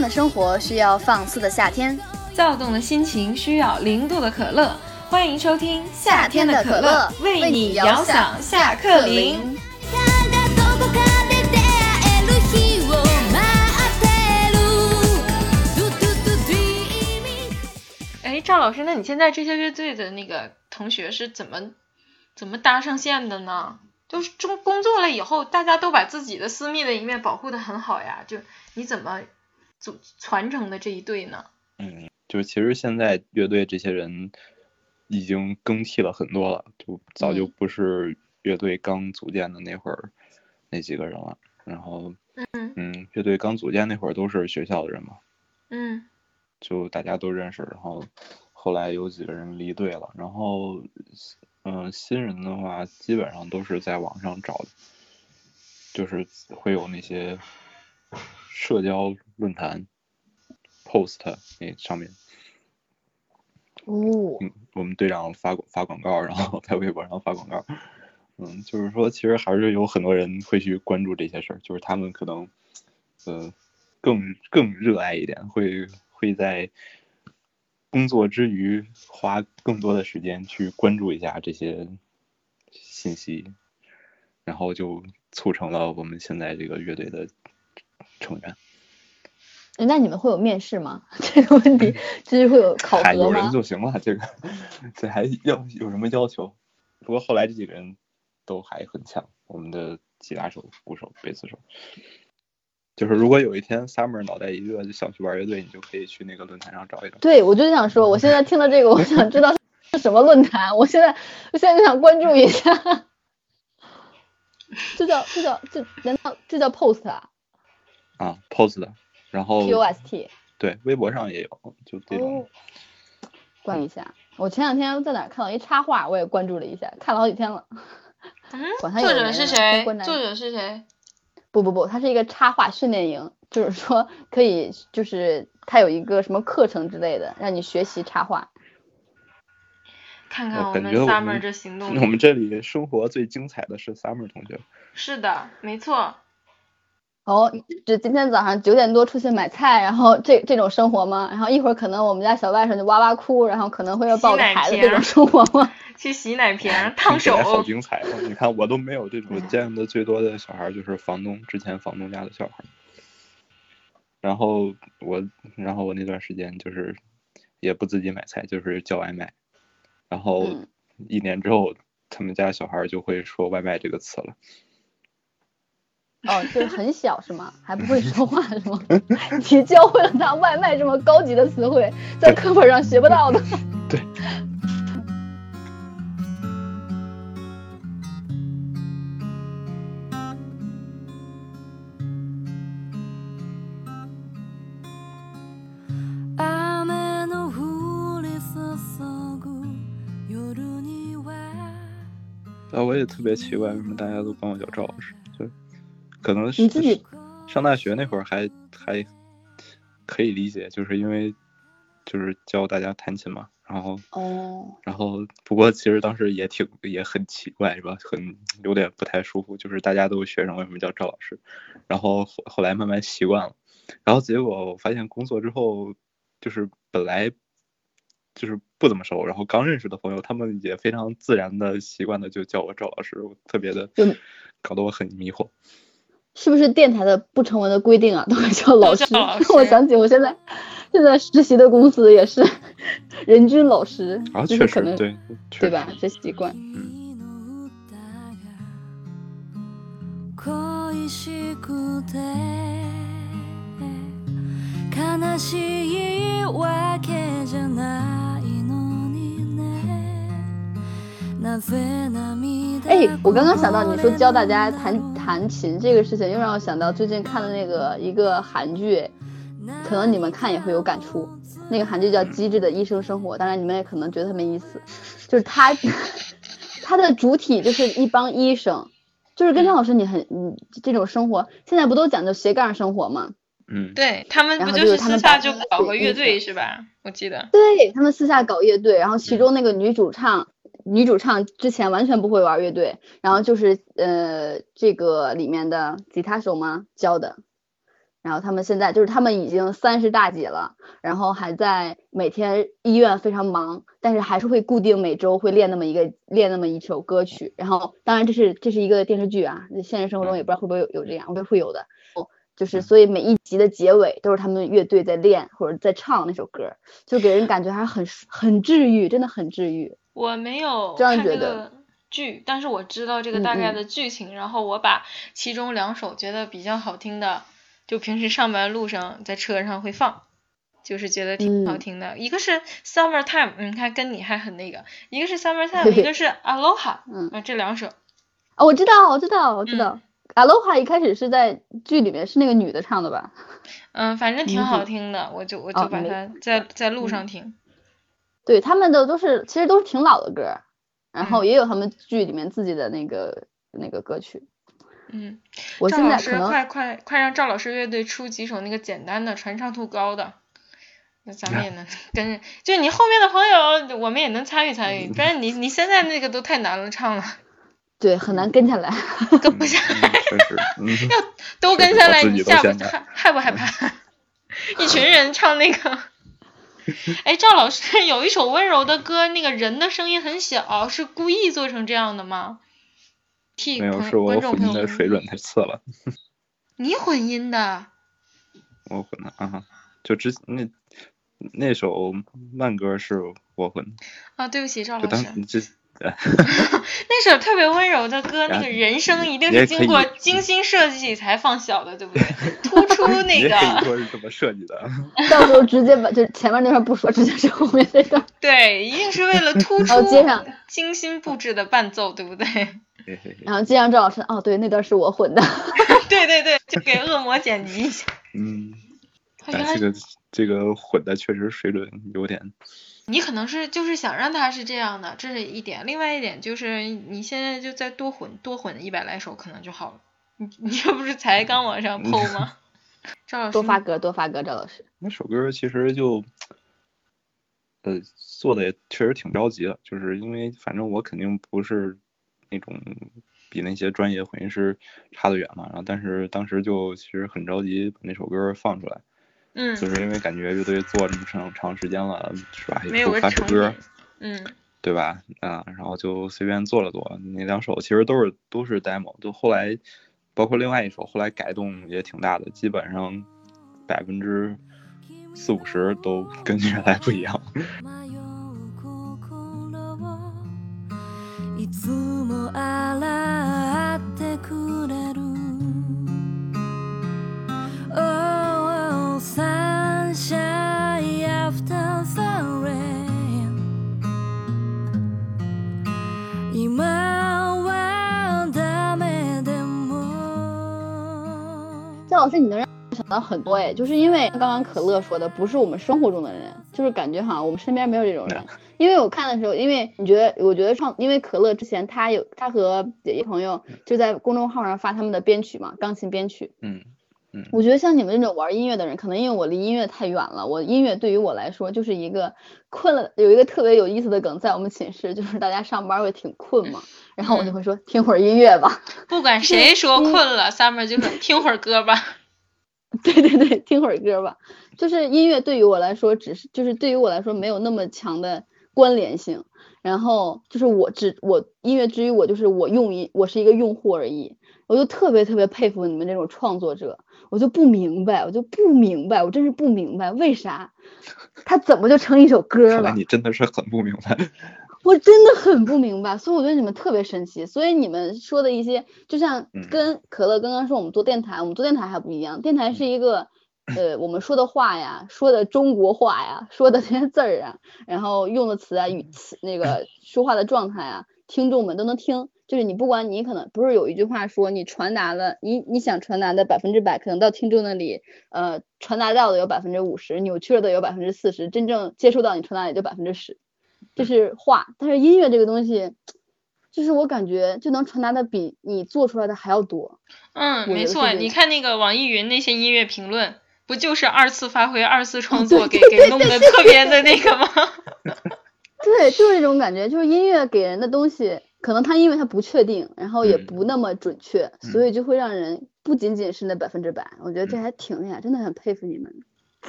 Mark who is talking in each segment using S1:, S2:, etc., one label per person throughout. S1: 的生活需要放肆的夏天，
S2: 躁动的心情需要零度的可乐。欢迎收听《夏天的可
S1: 夏
S2: 乐
S1: 天的》，可乐
S2: 为你遥想夏克林。
S3: ただどこかで出会える日を待ってる Do, do, do, dreaming
S4: 哎，赵老师，那你现在这些乐队的那个同学是怎么怎么搭上线的呢？就是中工作了以后，大家都把自己的私密的一面保护的很好呀，就你怎么组传承的这一对呢？
S5: 嗯，就是其实现在乐队这些人已经更替了很多了，就早就
S4: 嗯
S5: 不是乐队刚组建的那会儿那几个人了。然后，
S4: 嗯
S5: 嗯，乐队刚组建那会儿都是学校的人嘛，
S4: 嗯
S5: 就大家都认识。然后后来有几个人离队了，然后，嗯、新人的话基本上都是在网上找的，就是会有那些社交论坛 post 那上面。
S6: 哦，
S5: 嗯，我们队长发广发广告，然后在微博上发广告。嗯，就是说，其实还是有很多人会去关注这些事儿，就是他们可能，呃，更更热爱一点，会会在工作之余花更多的时间去关注一下这些信息，然后就促成了我们现在这个乐队的成员。
S6: 哎那你们会有面试吗？ 这个问题就是会有考
S5: 嗨，
S6: 核
S5: 有人
S6: 吗？
S5: 就行了，这个这还要有什么要求？不过后来这几个人都还很强，我们的吉他手、鼓手、贝斯手，就是如果有一天 Summer 脑袋一热就想去玩乐队，你就可以去那个论坛上找一找。
S6: 对，我就想说，我现在听到这个，我想知道是什么论坛，我现在我现在就想关注一下。这叫这叫这难道这叫 post 啊
S5: 啊，Post 的，然后
S6: ？P O S T。
S5: 对微博上也有，就这种
S6: 哦，关注一下。我前两天在哪儿看到一插画，我也关注了一下，看了好几天了。
S4: 嗯，
S6: 管他有
S4: 作
S6: 没
S4: 者是
S6: 有
S4: 谁？
S6: 关注
S4: 作者是谁？
S6: 不不不，它是一个插画训练营，就是说可以，就是它有一个什么课程之类的，让你学习插画。
S4: 看看
S5: 我
S4: 我
S5: 呃感
S4: 们
S5: 觉我
S4: summer
S5: 们
S4: 这行动
S5: 我
S4: 力。
S5: 们这里生活最精彩的是 Summer 同学，
S4: 是的，没错。
S6: 哦，就今天早上九点多出去买菜，然后这这种生活吗？然后一会儿可能我们家小外甥就哇哇哭，然后可能会要抱着孩子
S4: 洗奶瓶啊
S6: 这种生活吗？
S4: 去洗奶瓶、烫
S5: 哎听起来好
S4: 手，
S5: 精彩啊！你看我都没有这种，我
S6: 嗯
S5: 见的最多的小孩儿就是房东之前房东家的小孩儿。然后我，然后我那段时间就是也不自己买菜，就是叫外卖。然后
S6: 嗯
S5: 一年之后，他们家小孩儿就会说外卖这个词了。
S6: 哦，就是很小是吗？还不会说话是吗？ 你教会了他外卖这么高级的词汇，在课本上学不到的。
S3: 雨の降り注ぐ夜には
S5: 啊，我也特别奇怪，为什么大家都管我叫赵老师？就可能是
S6: 你自己
S5: 上大学那会儿还还可以理解，就是因为就是教大家弹琴嘛，然后
S6: 哦，
S5: 然后，不过其实当时也挺也很奇怪，是吧？很有点不太舒服，就是大家都学生为什么叫赵老师？然后后后来慢慢习惯了，然后结果我发现工作之后，就是本来就是不怎么熟，然后刚认识的朋友，他们也非常自然的习惯的就叫我赵老师，我特别的
S6: 嗯
S5: 搞得我很迷惑。
S6: 是不是电台的不成文的规定啊，都会叫老师？
S4: 都叫老师
S6: 我想起我现在现在实习的公司也是 人均老师，
S5: 然后啊确
S6: 就是
S5: 实
S6: 可能
S5: 对，确
S6: 对
S5: 实
S6: 吧？这习惯。
S3: 君の歌が恋しくて悲しいわけじゃないのにねなぜ涙
S6: 哎，我刚刚想到你说教大家弹弹琴这个事情，又让我想到最近看的那个一个韩剧，可能你们看也会有感触。那个韩剧叫《机智的医生生活》，当然你们也可能觉得它没意思，就是它 它的主体就是一帮医生，就是跟张老师你很你这种生活，现在不都讲究斜杠生活吗？
S5: 嗯，
S4: 对他们
S6: 然
S4: 不
S6: 后
S4: 就
S6: 就是
S4: 是
S6: 他
S4: 私
S6: 们
S4: 下
S6: 把
S4: 就
S6: 自己
S4: 搞个乐
S6: 的
S4: 队是吧？我记得。
S6: 对他们私下搞乐队，然后其中那个女主唱，女主唱之前完全不会玩乐队，然后就是呃这个里面的吉他手吗教的，然后他们现在就是他们已经三十大几了，然后还在每天医院非常忙，但是还是会固定每周会练那么一个练那么一首歌曲。然后当然这是这是一个电视剧啊，现实生活中也不知道会不会有有这样，我觉得会有的。哦就是所以每一集的结尾都是他们乐队在练或者在唱那首歌，就给人感觉还是很很治愈，真的很治愈。
S4: 我没有
S6: 这样
S4: 看
S6: 觉
S4: 这
S6: 得嗯
S4: 个剧，但是我知道这个大概的剧情，然后我把其中两首觉得比较好听的，就平时上班路上在车上会放，就是觉得挺好
S6: 嗯
S4: 听的。一个是 Summertime，嗯，你看跟你还很那个，一个是 Summertime，一个是 Aloha，
S6: 嗯
S4: 啊，这两首，
S6: 哦，我知道，我知道，我知道。Aloha
S4: 嗯
S6: 一开始是在剧里面是那个女的唱的吧？
S4: 嗯，反正挺
S6: 嗯
S4: 好听的，我就我
S6: 哦
S4: 就把
S6: 没嗯
S4: 它在在路上听。
S6: 对，他们的都是其实都是挺老的歌儿，然后
S4: 嗯
S6: 也有他们剧里面自己的那个那个歌曲。
S4: 嗯，
S6: 我
S4: 赵
S6: 现
S4: 老
S6: 在
S4: 师
S6: 可能
S4: 快快快让赵老师乐队出几首那个简单的传唱度高的，那咱们也 能跟着，就你后面的朋友，我们也能参与参与，
S5: 嗯
S4: 不然你你现在那个都太难了，唱了
S6: 对很难跟下来。
S4: 跟不下
S5: 嗯
S4: 来，
S5: 确 实，嗯，
S4: 都跟
S5: 是
S4: 下
S5: 我
S4: 来，
S5: 自
S4: 你
S5: 己都
S4: 吓不
S5: 现在
S4: 害害不
S5: 嗯
S4: 害怕？ 一群人唱那个。哎，赵老师有一首温柔的歌，那个人的声音很小，是故意做成这样的吗？替
S5: 没有，
S4: 朋
S5: 是我
S4: 观众
S5: 混
S4: 朋
S5: 音
S4: 友
S5: 的
S4: 们
S5: 水准太次了，
S4: 你混音的，
S5: 我混的啊，就之那那首慢歌是我混的，
S4: 啊，对不起，赵
S5: 就
S4: 老
S5: 当
S4: 师，
S5: 这
S4: 那首特别温柔的歌，那
S5: 然
S4: 个人声一定
S5: 也
S4: 是
S5: 可
S4: 经过
S5: 以嗯
S4: 精心设计才放小的，对 不对？突出那
S5: 也可以
S4: 个，
S5: 说是这么设计的，啊
S6: 到时候直接把就是前面那段不说，直接是后面那段。
S4: 对，一定是为了突
S6: 然后哦接
S4: 出
S6: 上
S4: 精心布置的伴奏，对不 对？
S5: 嘿嘿嘿
S6: 然后接上赵老师，哦，对，那段是我混的。
S4: 对对对，就给恶魔剪辑一下。
S5: 嗯，
S4: 原
S5: 但
S4: 来
S5: 这个这个混的确实水准有点，
S4: 你可能是就是想让他是这样的，这是一点。另外一点就是你现在就再多混多混一百来首可能就好了。你你这不是才刚往上
S5: 嗯
S4: 抛 吗？赵老师，
S6: 多发歌，多发歌，赵老师。
S5: 那首歌其实就，呃，做的也确实挺着急的，就是因为反正我肯定不是那种比那些专业混音师差得远嘛，然后但是当时就其实很着急把那首歌放出来，
S4: 嗯，
S5: 就是因为感觉乐队做这么长长时间了，是吧？
S4: 没
S5: 也
S4: 有
S5: 不
S4: 个
S5: 发首
S4: 成
S5: 歌，
S4: 品，嗯。
S5: 对吧？啊，然后就随便做了做，那两首其实都是都是 demo，就后来包括另外一首，后来改动也挺大的，基本上百分之四五十都跟原来不一样。
S3: 迷う心をいつも洗ってくれる Oh, sunshine after sunrain 今はダメでも
S6: 赵老师，你能让我想到很多哎，就是因为刚刚可乐说的，不是我们生活中的人，就是感觉好像我们身边没有这种
S5: 嗯
S6: 人。 因为我看的时候，因为你觉得，我觉得创，因为可乐之前他有他和姐姐朋友就在公众号上发他们的编曲嘛，钢琴编曲。
S5: 嗯，
S6: 我觉得像你们这种玩音乐的人，可能因为我离音乐太远了，我音乐对于我来说就是一个困了。有一个特别有意思的梗，在我们寝室，就是大家上班会挺困嘛，然后我
S5: 嗯
S6: 就会说听会儿音乐吧，
S4: 不管谁说困
S6: 嗯
S4: 了，Summer 就说听会儿歌 吧。
S6: 对对对，听会儿歌吧。就是音乐对于我来说，只是就是对于我来说没有那么强的关联性。然后就是我只我音乐之于我就是我用一我是一个用户而已。我就特别特别佩服你们这种创作者，我就不明白，我就不明白，我真是不明白为啥他怎么就成一首歌
S5: 看
S6: 了
S5: 来。你真的是很不明 白。
S6: 我真的很不明白，所以我觉得你们特别神奇。所以你们说的一些，就像
S5: 嗯
S6: 跟可乐刚刚说，我们做电台，我们做电台还不一样，电台是一个，呃，我们说的话呀，说的中国话呀，说的这些字儿啊，然后用的词啊，语气那个说话的状态啊，听众们都能听。就是你不管你可能不是有一句话说你传达了你你想传达的百分之百，可能到听众那里，呃，传达到的有百分之五十，扭曲了的有百分之四十，真正接收到你传达也就百分之十。这是话，但是音乐这个东西，就是我感觉就能传达的比你做出来的还要多。
S4: 嗯，
S6: 我觉
S4: 没
S6: 得是
S4: 错，
S6: 这
S4: 你
S6: 样
S4: 看那个网易云那些音乐评论，不就是二次发挥、二次创作给给弄得特别的那 个吗？
S6: 对，就是这种感觉，就是音乐给人的东西，可能它因为它不确定，然后也
S5: 嗯
S6: 不那么准确，所以就会让人不仅仅是那百分之百，我觉得这还挺厉害，真的很佩服你们。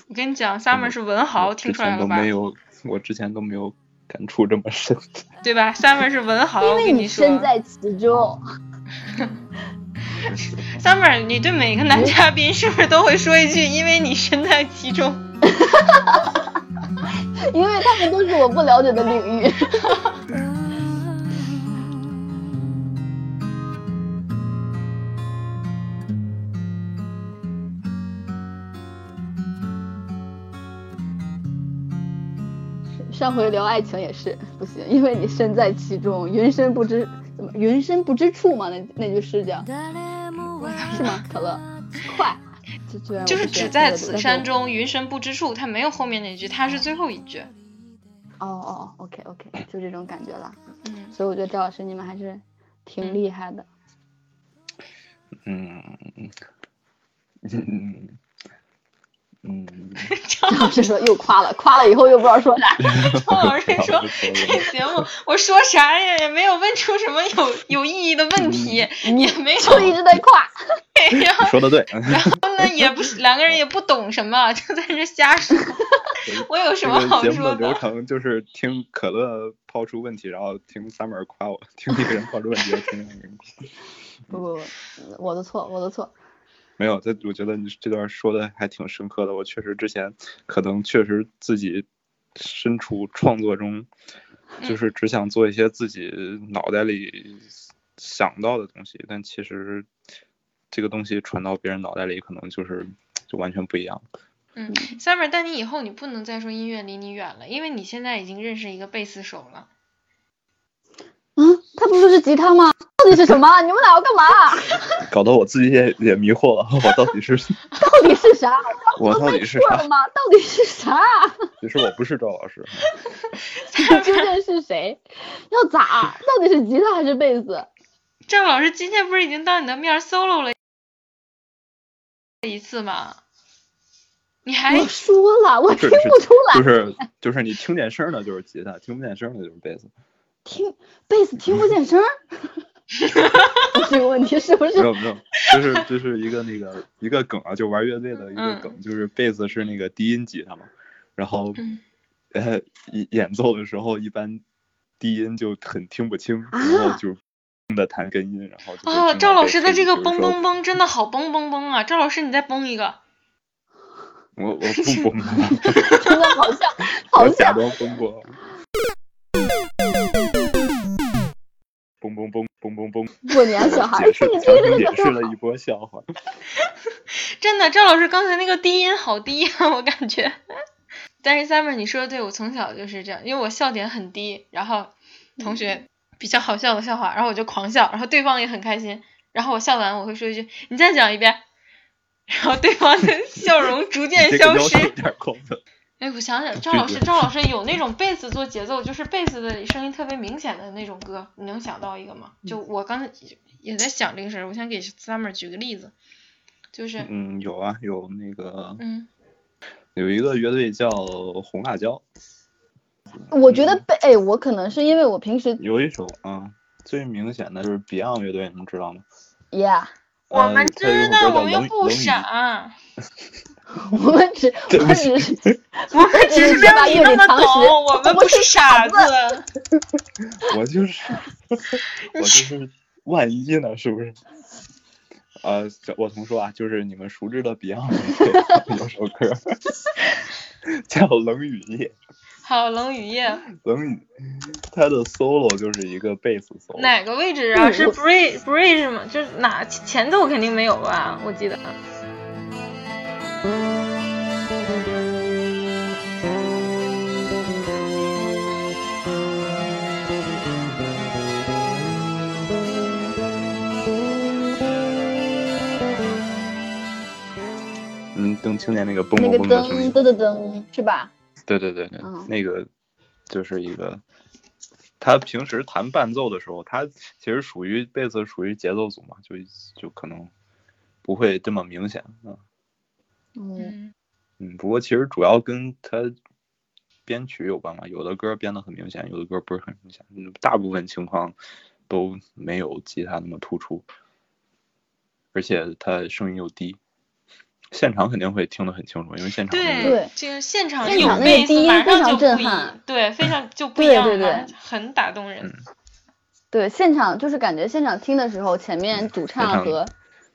S4: 我跟你讲，Summer 是文
S5: 我
S4: 豪，
S5: 之
S4: 听出来
S5: 前
S4: 了
S5: 都
S4: 吧？
S5: 没有，我之前都没有感触这么深。
S4: 对吧？Summer 是文豪，
S6: 因
S4: 我
S6: 为
S4: 跟
S6: 你
S4: 你说
S6: 身在其中，
S4: ，Summer，你对每个男嘉宾是不是都会说一
S6: 嗯
S4: 句“因为你身在其中
S6: 因为他们都是我不了解的领域。 上回聊爱情也是不行，因为你身在其中，云深不知怎么云深不知处嘛，那那句诗叫是吗？可乐，快！就”，
S4: 就
S6: 就是
S4: 只在此山。中，云深不知处。它没有后面那句，它是最后一 句。
S6: 哦哦，OK OK，就这种感觉了。
S4: 嗯，
S6: 所以我觉得赵老师你们还是挺厉害的。
S5: 嗯
S4: 哦
S5: 嗯嗯，
S6: 赵老师说又夸了，夸了以后又不知道说啥。
S4: 赵老师
S5: 好
S4: 说
S5: 不：“错
S4: 这节目我说啥呀？也没有问出什么有有意义的问题，
S6: 嗯
S4: 也没
S6: 就一
S4: 有
S6: 直在夸。
S4: 然后
S5: 说的对，嗯
S4: 然 后呢，也不是两个人也不懂什么，就在这瞎 说。我有什
S5: 这
S4: 么
S5: 个
S4: 好
S5: 节目
S4: 说
S5: 的流
S4: 的？
S5: 程就是听可乐抛出问题，然后听 Summer 夸我，听一个人抛出问题，然后听另一个人夸。
S6: 不不不，我的错，我的错。
S5: 没有，这我觉得你这段说的还挺深刻的。我确实之前可能确实自己身处创作中，
S4: 嗯
S5: 就是只想做一些自己脑袋里想到的东西，但其实这个东西传到别人脑袋里，可能就是就完全不一样。
S4: 嗯，Summer，但你以后你不能再说音乐离你远了，因为你现在已经认识一个贝斯手了。
S6: 嗯，他不是吉他吗？到底是什么？你们俩要干嘛？啊
S5: 搞得我自己也也迷惑了，我到底是
S6: 到底是啥？
S5: 我到
S6: 问
S5: 底是
S6: 错
S5: 啥
S6: 了？吗？到底是啥？
S5: 其实我不是赵老师，
S6: 你究竟是谁？要咋？到底是吉他还是贝斯？
S4: 赵老师今天不是已经当你的面 solo 了一次吗？你还
S6: 我说了，我
S5: 是
S6: 听不出来。
S5: 就是就是你听见声儿呢就是吉他，听不见声儿呢就是贝斯。
S6: 听贝斯听不见声儿，这个问题是不
S5: 没
S6: 是？
S5: 有没有，就是就是一个那个一个梗啊，就玩乐队的一个
S4: 嗯
S5: 梗，就是贝斯是那个低音吉他嘛，然后、
S4: 嗯
S5: 呃演演奏的时候一般低音就很听不清，然后就的弹根音，然后就会
S4: 哦，
S5: 听到
S4: 啊赵老
S5: 贝
S4: 师
S5: 斯
S4: 的这个
S5: 比如
S4: 嘣
S5: 说
S4: 嘣嘣真的好嘣嘣嘣啊！赵老师，你再嘣一个。
S5: 我 我不嘣 了，
S6: 真的好 像，好
S5: 我假装
S6: 像。
S5: 嘣过， 嘣嘣嘣嘣嘣嘣，
S6: 过年小孩儿，
S5: 解释
S6: 这个这
S5: 强行解
S6: 个真的
S5: 释
S6: 很
S5: 了
S6: 好。
S5: 一波笑话。
S4: 真的，赵老师刚才那个低音好低啊， 我感觉。但是 Summer，你说的对，我从小就是这样，因为我笑点很低，然后同
S5: 嗯
S4: 学比较好笑的笑话，然后我就狂笑，然后对方也很开心，然后我笑完我会说一句“你再讲一遍”，然后对方的笑 容逐渐
S5: 这个
S4: 消
S5: 要求有
S4: 失。
S5: 点过 分。
S4: 哎，我想想，赵老师，赵老师有那种贝斯做节奏，就是贝斯的声音特别明显的那种歌，你能想到一个
S5: 嗯
S4: 吗？就我刚才也在想这个事儿，我想给 Summer 举个例子，就是
S5: 嗯，有啊，有那个
S4: 嗯
S5: 有一个乐队叫红辣椒，
S6: 我觉得贝，哎，我可能是因为我平时
S5: 有一首啊，最明显的就是 Beyond 乐队，你们知道吗？
S6: ，yeah，
S4: 我们
S5: 呃
S4: 知
S5: 它有一首
S4: 道，
S5: 歌叫
S4: 我们又
S5: 冷
S4: 不
S5: 冷雨
S4: 傻，啊
S6: 我们只，
S5: 对
S6: 我
S5: 不
S6: 们
S5: 起
S6: 只是。
S4: 我们只是没有你那么懂，我们不是傻子。
S5: 我就是，我就是，万一呢，是不是？呃，这我同说啊，就是你们熟知的 Beyond 乐队 有首歌 叫《冷雨夜
S4: 好，冷雨夜》，
S6: 嗯
S5: 冷雨，它的 solo 就是一个贝斯 solo，
S4: 哪个位置啊？
S6: 嗯
S4: 是
S6: 我
S4: bridge bridge 吗？就是哪前奏肯定没有吧？我记得。
S5: 嗯，能听见那个嘣
S6: 那
S5: 嘣
S6: 个
S5: 嘣的声
S6: 噔
S5: 音。
S6: 噔噔噔，是吧？
S5: 对对对对，
S6: 嗯
S5: 那个就是一个，他平时弹伴奏的时候，他其实属于贝斯属于节奏组嘛，就就可能不会这么明显啊。
S6: 嗯，
S4: 嗯，
S5: 嗯，不过其实主要跟他编曲有关嘛，有的歌编的很明显，有的歌不是很明显，嗯大部分情况都没有吉他那么突出。而且他声音又低，现场肯定会听得很清楚，因为现场那个
S6: 对
S4: 这个现场
S6: 现
S4: 有
S6: 场那
S4: 贝
S6: 低
S4: 斯，
S6: 音
S4: 马
S6: 非
S4: 上就
S6: 常
S4: 不
S6: 震
S4: 一
S6: 撼，
S4: 对，非常就不一
S6: 对
S4: 样
S6: 对
S4: 了
S6: 对，
S4: 很打动人。
S6: 对，现场就是感觉现场听的时候，前面主唱
S5: 唱
S6: 和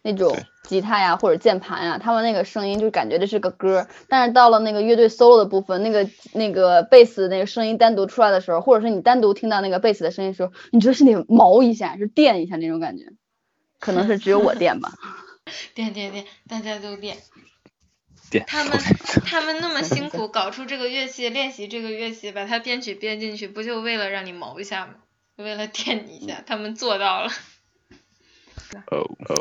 S6: 那种
S5: 嗯对
S6: 吉他呀或者键盘呀，他们那个声音就感觉这是个歌儿，但是到了那个乐队 solo 的部分，那个那个贝斯那个声音单独出来的时候，或者是你单独听到那个贝斯的声音的时候，你觉得身体毛一下，就电一下那种感觉，可能是只有我电吧。
S4: 练练练，大家都练。
S5: 电
S4: 他们他们那么辛苦搞出这个乐器，练习这个乐器，把它编曲编进去，不就为了让你毛一下吗？为了电你一
S5: 嗯
S4: 下，他们做到了。
S5: 哦哦，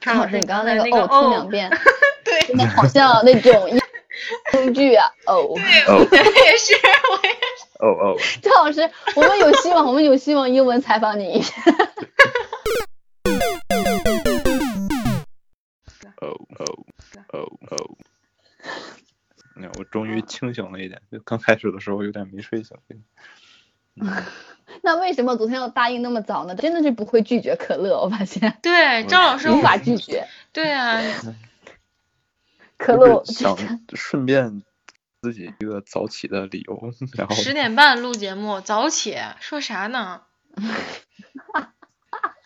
S4: 张老师，
S6: 你刚
S4: 才
S6: 那
S4: 那
S6: 个哦听 两
S4: 哦，
S6: 遍，
S4: 对
S6: 真的好像那种英剧啊哦。
S4: 对，
S5: 哦
S4: 我也是，我也
S5: 哦哦，
S6: 赵老师，我们有希望，我们有希望英文采访你一下。
S5: 哦哦哦哦，那我终于清醒了一点，就刚开始的时候有点没睡醒。
S6: 那为什么昨天要答应那么早呢？真的是不会拒绝可乐，我发现
S4: 对张老师，
S6: 无
S4: 我
S6: 法拒绝
S4: 对啊，
S6: 可乐
S5: 就是。想 顺便自己一个早起的理由，然后
S4: 十点半录节目，早起说啥呢？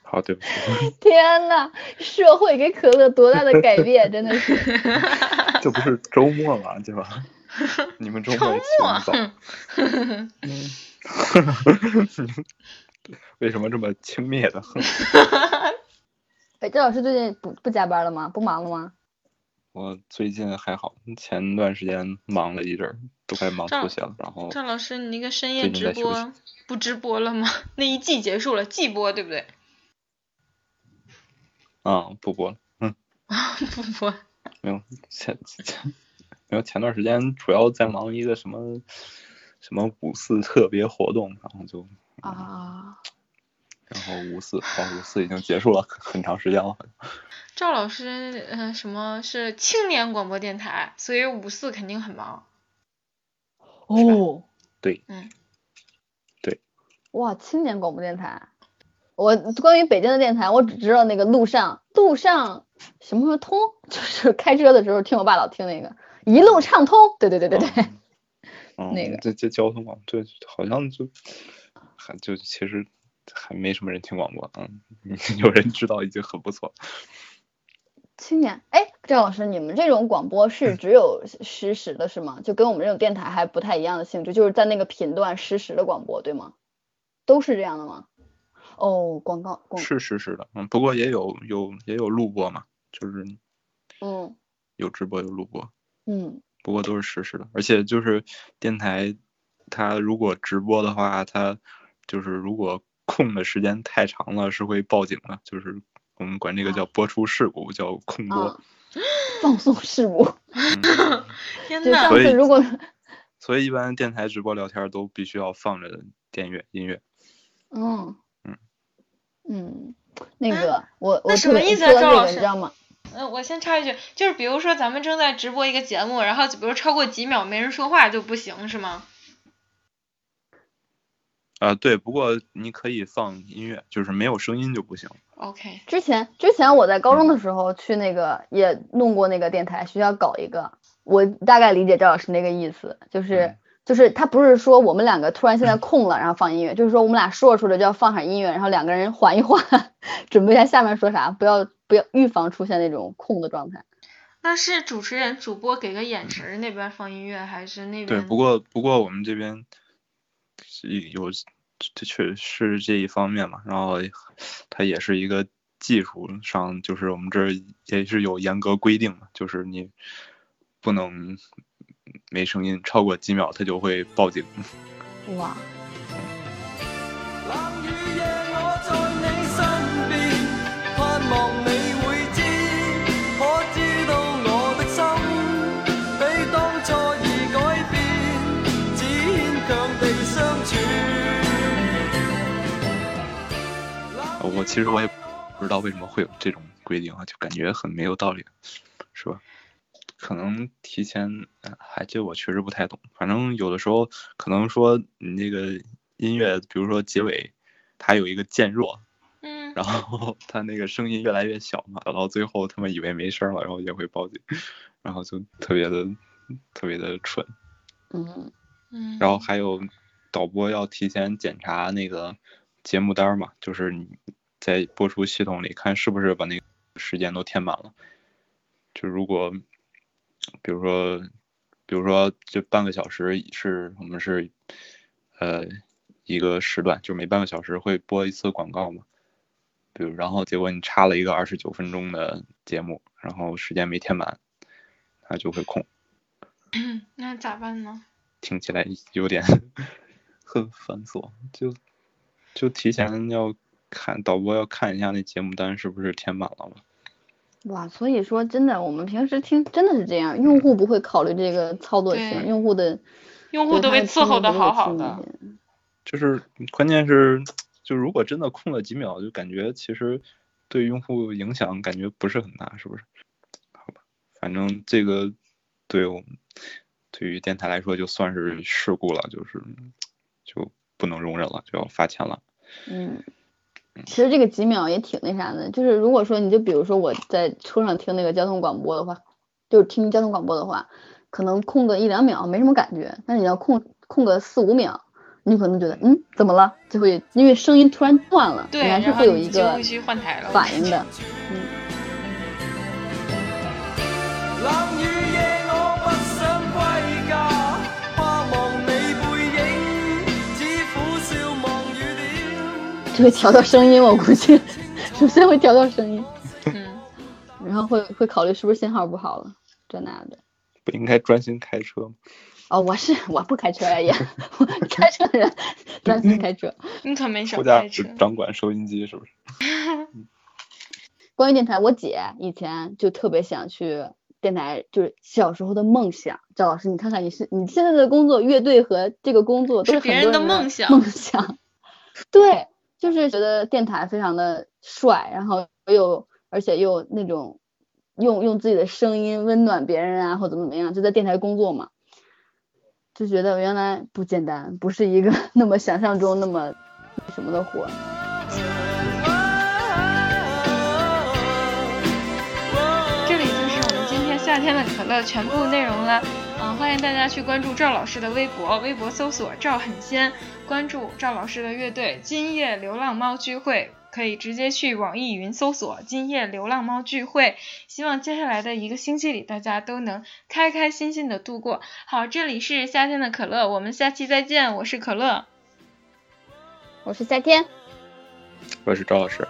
S5: 好，对不起，
S6: 天呐，社会给可乐多大的改变，真的是。
S5: 这不是周末嘛，对吧？你们周末也起那么早？嗯 为什么这么轻蔑的？
S6: 哎，赵老师最近不不加班了吗？不忙了吗？
S5: 我最近还好，前段时间忙了一阵儿，都快忙
S4: 赵
S5: 吐血了。然后
S4: 赵老师，你那个深夜
S5: 哦最近
S4: 直
S5: 在休息
S4: 播不直播了吗？ 那一季结束了，季播对不对？
S5: 啊，不播了，
S4: 不播。
S5: 没有前前 没有前段时间主要在忙一个什么什么五四特别活动，然后就
S6: 啊，
S5: 然后五四哦五四已经结束了很很长时间了，
S4: 赵老师，呃，什么是青年广播电台，所以五四肯定很忙。
S6: 哦，
S5: 对，
S6: 哇，青年广播电台。我关于北京的电台，我只知道那个路上路上什么什么通， 就是开车的时候听我爸老听那个一路畅通。对对对对对。
S5: 哦嗯，
S6: 那个
S5: 这这交通广，对，好像就还就其实还没什么人听广播，嗯， 有人知道已经很不错了。
S6: 青年，哎，赵老师，你们这种广播
S5: 嗯
S6: 是只有实时的是吗？就跟我们这种电台还不太一样的性质，就是在那个频段实时的广播，对吗？都是这样的吗？哦，广告广，
S5: 是是是的，嗯，不过也有有也有录播嘛，就是
S6: 嗯
S5: 有直播有录播，
S6: 嗯，
S5: 不过都是实时的，而且就是电台，它如果直播的话，它就是如果空的时间太长了是会报警的，就是我们管这个叫播出事故，叫空播。
S6: 啊，放松事故，
S5: 嗯
S4: 天
S6: 就
S4: 呐
S6: 上，
S5: 所
S6: 次
S5: 以
S6: 如果
S5: 所以一般电台直播聊天都必须要放着电乐音乐。
S6: 嗯
S5: 嗯
S6: 嗯，那个我我
S4: 哎那
S6: 特
S4: 什么
S6: 别
S4: 意
S6: 一
S4: 思
S6: 说
S4: 啊赵
S6: 到
S4: 老
S6: 这个你
S4: 师
S6: 知道吗？
S4: 嗯，我先插一句，就是比如说咱们正在直播一个节目，然后就比如超过几秒没人说话就不行，是吗？
S5: 啊、对，不过你可以放音乐，就是没有声音就不行。
S4: OK，
S6: 之前之前我在高中的时候去那个也弄过那个电台，学校搞一个，我大概理解赵老师那个意思，就是
S5: 嗯
S6: 就是他不是说我们两个突然现在空了，然后放音乐，就是说我们俩说着说着就要放上音乐，然后两个人缓一缓， 准备一下下面说啥，不要不要预防出现那种空的状态。
S4: 那是主持人主播给个眼神儿，那边放音乐还是那
S5: 对，
S4: 边？
S5: 不过不过我们这边是有这确是这一方面嘛，然后它也是一个技术上，就是我们这儿也是有严格规定的，就是你不能没声音，超过几秒它就会报警。
S6: 哇，
S7: 冷雨夜我在你身边，盼望你会知，可知道我的心比当初已改变，只牵强地相处。
S5: 呃我其实我也不知道为什么会有这种规定啊，就感觉很没有道理，是吧？可能提前，呃还这我确实不太懂。反正有的时候可能说你那个音乐，比如说结尾，它有一个渐弱，
S4: 嗯，
S5: 然后 他那个声音越来越小嘛，到最后他们以为没声了，然后也会报警，然后就特别的特别的蠢。
S6: 嗯，
S4: 嗯，
S5: 然后还有导播要提前检查那个节目单儿嘛，就是你在播出系统里看是不是把那个时间都填满了。就如果比如说，比如说这半个小时是我们是呃一个时段，就每半个小时会播一次广告嘛。比如，然后结果你插了一个二十九分钟的节目，然后时间没填满，它就会空。
S4: 嗯那咋办呢？
S5: 听起来有点 很繁琐，就就提前要看导播要看一下那节目单是不是填满了嘛？
S6: 哇，所以说真的，我们平时听真的是这样，用户不会考虑这个操作
S4: 对
S6: 性，用户的
S4: 用户
S6: 对
S4: 都
S6: 他
S4: 被
S6: 的
S4: 伺
S6: 听
S4: 候
S6: 众
S4: 的
S6: 不
S4: 好
S6: 会
S4: 好
S6: 注意
S4: 的
S6: 这，
S5: 就
S6: 些
S5: 是关键是，就如果真的空了几秒，就感觉其实对用户影响感觉不是很大，是不是？好吧，反正这个对我们对于电台来说就算是事故了，就是就不能容忍了，就要罚钱了。
S6: 嗯，其实这个几秒也挺那啥的，就是如果说你就比如说我在车上听那个交通广播的话，就是听交通广播的话，可能空个一两秒没什么感觉，但是你要空空个四五秒，你可能觉得嗯怎么了，就会因为声音突然断了，你
S4: 对，
S6: 还是
S4: 然后
S6: 会有
S4: 你
S6: 一
S4: 就
S6: 个
S4: 必须换台了。
S6: 反应的。
S7: 冷雨夜我不想歸家，怕望你背影，只苦笑望雨點。
S6: 就会调到声音，我估计首先会调到声音，
S4: 嗯，
S6: 然后会会考虑是不是信号不好了，这那的。
S5: 不应该专心开车吗？
S6: 哦，我是我不开车呀， 也我开车的人专心开车。
S4: 你可没少
S5: 副驾
S4: 开
S5: 驶
S4: 车。
S5: 掌管收音机是不是？
S6: 关于电台，我姐以前就特别想去电台，就是小时候的梦想。赵老师，你看看你是你现在的工作，乐队和这个工作都
S4: 是
S6: 很
S4: 别人
S6: 多
S4: 的
S6: 人
S4: 梦想
S6: 梦想，对，就是觉得电台非常的帅，然后又而且又那种用用自己的声音温暖别人啊，或怎么怎么样，就在电台工作嘛，就觉得原来不简单，不是一个 那么想象中那么什么的活。
S4: 这里就是我们今天夏天的可乐全部内容了。嗯，欢迎大家去关注赵老师的微博，微博搜索“赵很仙”，关注赵老师的乐队“今夜流浪猫聚会”，可以直接去网易云搜索“今夜流浪猫聚会”。希望接下来的一个星期里，大家都能开开心心的度过。好，这里是夏天的可乐，我们下期再见，我是可乐，
S6: 我是夏天，
S5: 我是赵老师，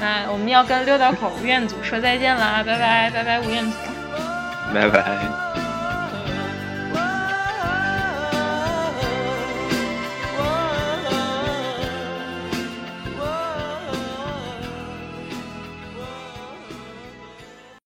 S4: 那我们啊要跟六道口吴彦祖说再见啦，拜拜，拜拜，吴彦祖。
S5: 拜拜。